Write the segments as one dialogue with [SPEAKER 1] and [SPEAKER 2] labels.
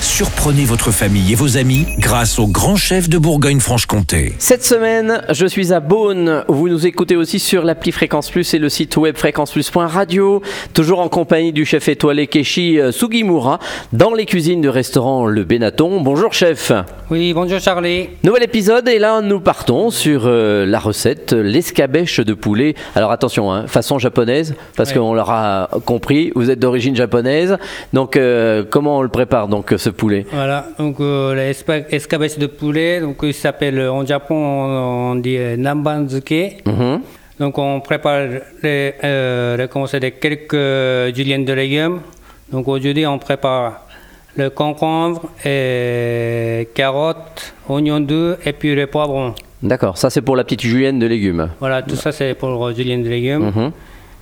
[SPEAKER 1] Surprenez votre famille et vos amis grâce au grand chef de Bourgogne-Franche-Comté.
[SPEAKER 2] Cette semaine, je suis à Beaune. Vous nous écoutez aussi sur l'appli Fréquence Plus et le site web fréquenceplus.radio. Toujours en compagnie du chef étoilé Keshi euh, Sugimura dans les cuisines du restaurant Le Bénaton. Bonjour chef.
[SPEAKER 3] Oui, bonjour Charlie.
[SPEAKER 2] Nouvel épisode et là nous partons sur euh, la recette euh, l'escabèche de poulet. Alors attention, hein, façon japonaise parce
[SPEAKER 3] Ouais.
[SPEAKER 2] qu'on l'aura compris. Vous êtes d'origine japonaise, donc euh, comment on le prépare donc euh, ce poulet
[SPEAKER 3] Voilà, donc euh, la espa- escabeche de poulet, donc il s'appelle euh, en Japon on, on dit euh, nambanzuke.
[SPEAKER 2] Mhm.
[SPEAKER 3] Donc on prépare les, euh, le- comment c'est, les quelques euh, juliennes de légumes. Donc aujourd'hui on prépare le concombre et carottes, oignons doux et puis les poivrons.
[SPEAKER 2] D'accord, ça c'est pour la petite julienne de légumes.
[SPEAKER 3] Voilà, tout ça c'est pour euh, julienne de légumes.
[SPEAKER 2] Mhm.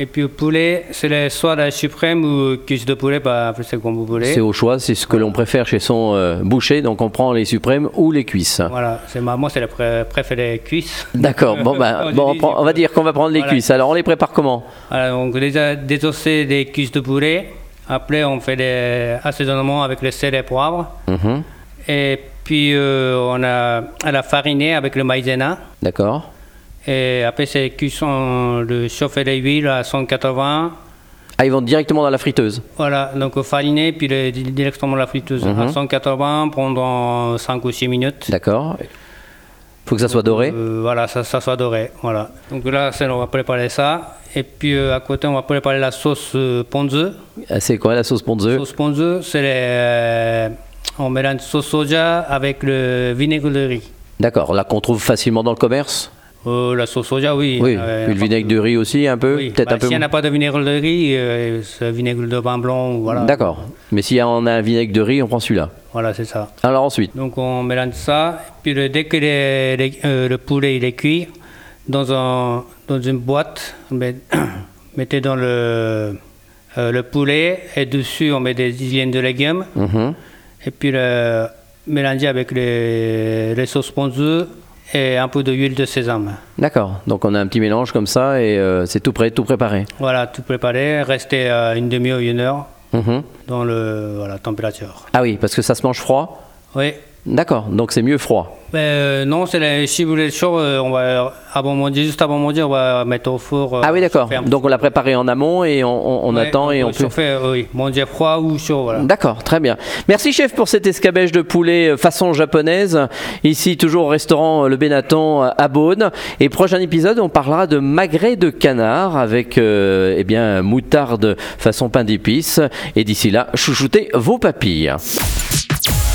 [SPEAKER 3] Et puis poulet, c'est le- soit la suprême ou cuisse de poulet, bah, c'est comme vous voulez.
[SPEAKER 2] C'est au choix, c'est ce que l'on préfère chez son euh, boucher, donc on prend les suprêmes ou les cuisses.
[SPEAKER 3] Voilà, c'est ma, moi c'est la pré- préférée cuisse.
[SPEAKER 2] D'accord, bon, bah,
[SPEAKER 3] On
[SPEAKER 2] bon, on,
[SPEAKER 3] dit-
[SPEAKER 2] prend- on va dire qu'on va prendre les
[SPEAKER 3] Voilà.
[SPEAKER 2] cuisses. Alors on les prépare comment
[SPEAKER 3] Voilà, donc déjà désosser des cuisses de poulet. Après, on fait des assaisonnements avec le sel et poivre.
[SPEAKER 2] Mhm,
[SPEAKER 3] Et puis, euh, on a à la farinée avec le maïzena.
[SPEAKER 2] D'accord.
[SPEAKER 3] Et après, c'est cuisson de chauffer les huiles à 180.
[SPEAKER 2] Ah, ils vont directement dans la friteuse.
[SPEAKER 3] Voilà, donc fariner, puis le- directement la friteuse à 180 pendant 5 ou 6 minutes.
[SPEAKER 2] D'accord. Faut que ça soit doré.
[SPEAKER 3] Euh, voilà, ça, ça soit doré. Voilà. Donc là, c'est- on va préparer ça. Et puis euh, à côté, on va préparer la sauce euh, ponzu.
[SPEAKER 2] Ah, C'est quoi la sauce ponzu
[SPEAKER 3] Sauce ponzu, c'est les- on mélange sauce soja avec le vinaigre de riz.
[SPEAKER 2] D'accord, là qu'on trouve facilement dans le commerce.
[SPEAKER 3] Euh, la sauce soja, oui.
[SPEAKER 2] Oui,
[SPEAKER 3] euh,
[SPEAKER 2] puis le vinaigre de riz aussi un peu,
[SPEAKER 3] oui.
[SPEAKER 2] peut-être
[SPEAKER 3] Bah,
[SPEAKER 2] un peu.
[SPEAKER 3] Si on
[SPEAKER 2] moins.
[SPEAKER 3] n'a pas de vinaigre de riz, euh, c'est vinaigre de vin blanc, voilà.
[SPEAKER 2] D'accord. Mais si on a un vinaigre de riz, on prend celui-là.
[SPEAKER 3] Voilà, c'est ça.
[SPEAKER 2] Alors ensuite,
[SPEAKER 3] Donc on mélange ça, puis le- dès que les- les- euh, le poulet il est cuit, dans, un, dans une boîte, on met- mettez dans le, euh, le poulet et dessus on met des dizaines de légumes.
[SPEAKER 2] mhm,
[SPEAKER 3] Et puis le, mélanger avec les, les sauces ponzues et un peu d'huile de sésame.
[SPEAKER 2] d'accord. Donc on a un petit mélange comme ça et euh, c'est tout prêt, tout préparé.
[SPEAKER 3] Voilà, tout préparé, rester euh, une demi-heure, une heure
[SPEAKER 2] Mhm.
[SPEAKER 3] dans le voilà, température.
[SPEAKER 2] Ah oui, parce que ça se mange froid.
[SPEAKER 3] Oui.
[SPEAKER 2] D'accord, donc c'est mieux froid.
[SPEAKER 3] Mais, euh, non, c'est la- si vous voulez le chaud, euh, on va avant manger, juste avant manger, on va mettre au four. euh,
[SPEAKER 2] ah oui, d'accord.
[SPEAKER 3] chauffer un-
[SPEAKER 2] Donc on l'a préparé en amont et on, on- on
[SPEAKER 3] Ouais,
[SPEAKER 2] attend et
[SPEAKER 3] peut
[SPEAKER 2] on peut.
[SPEAKER 3] chauffer, euh, oui, manger froid ou chaud, voilà.
[SPEAKER 2] D'accord, très bien. Merci chef pour cette escabèche de poulet euh, façon japonaise. Ici toujours au restaurant euh, Le Bénaton euh, à Beaune. Et prochain épisode, on parlera de magret de canard avec euh, eh bien moutarde façon pain d'épices. Et d'ici là, chouchoutez vos papilles.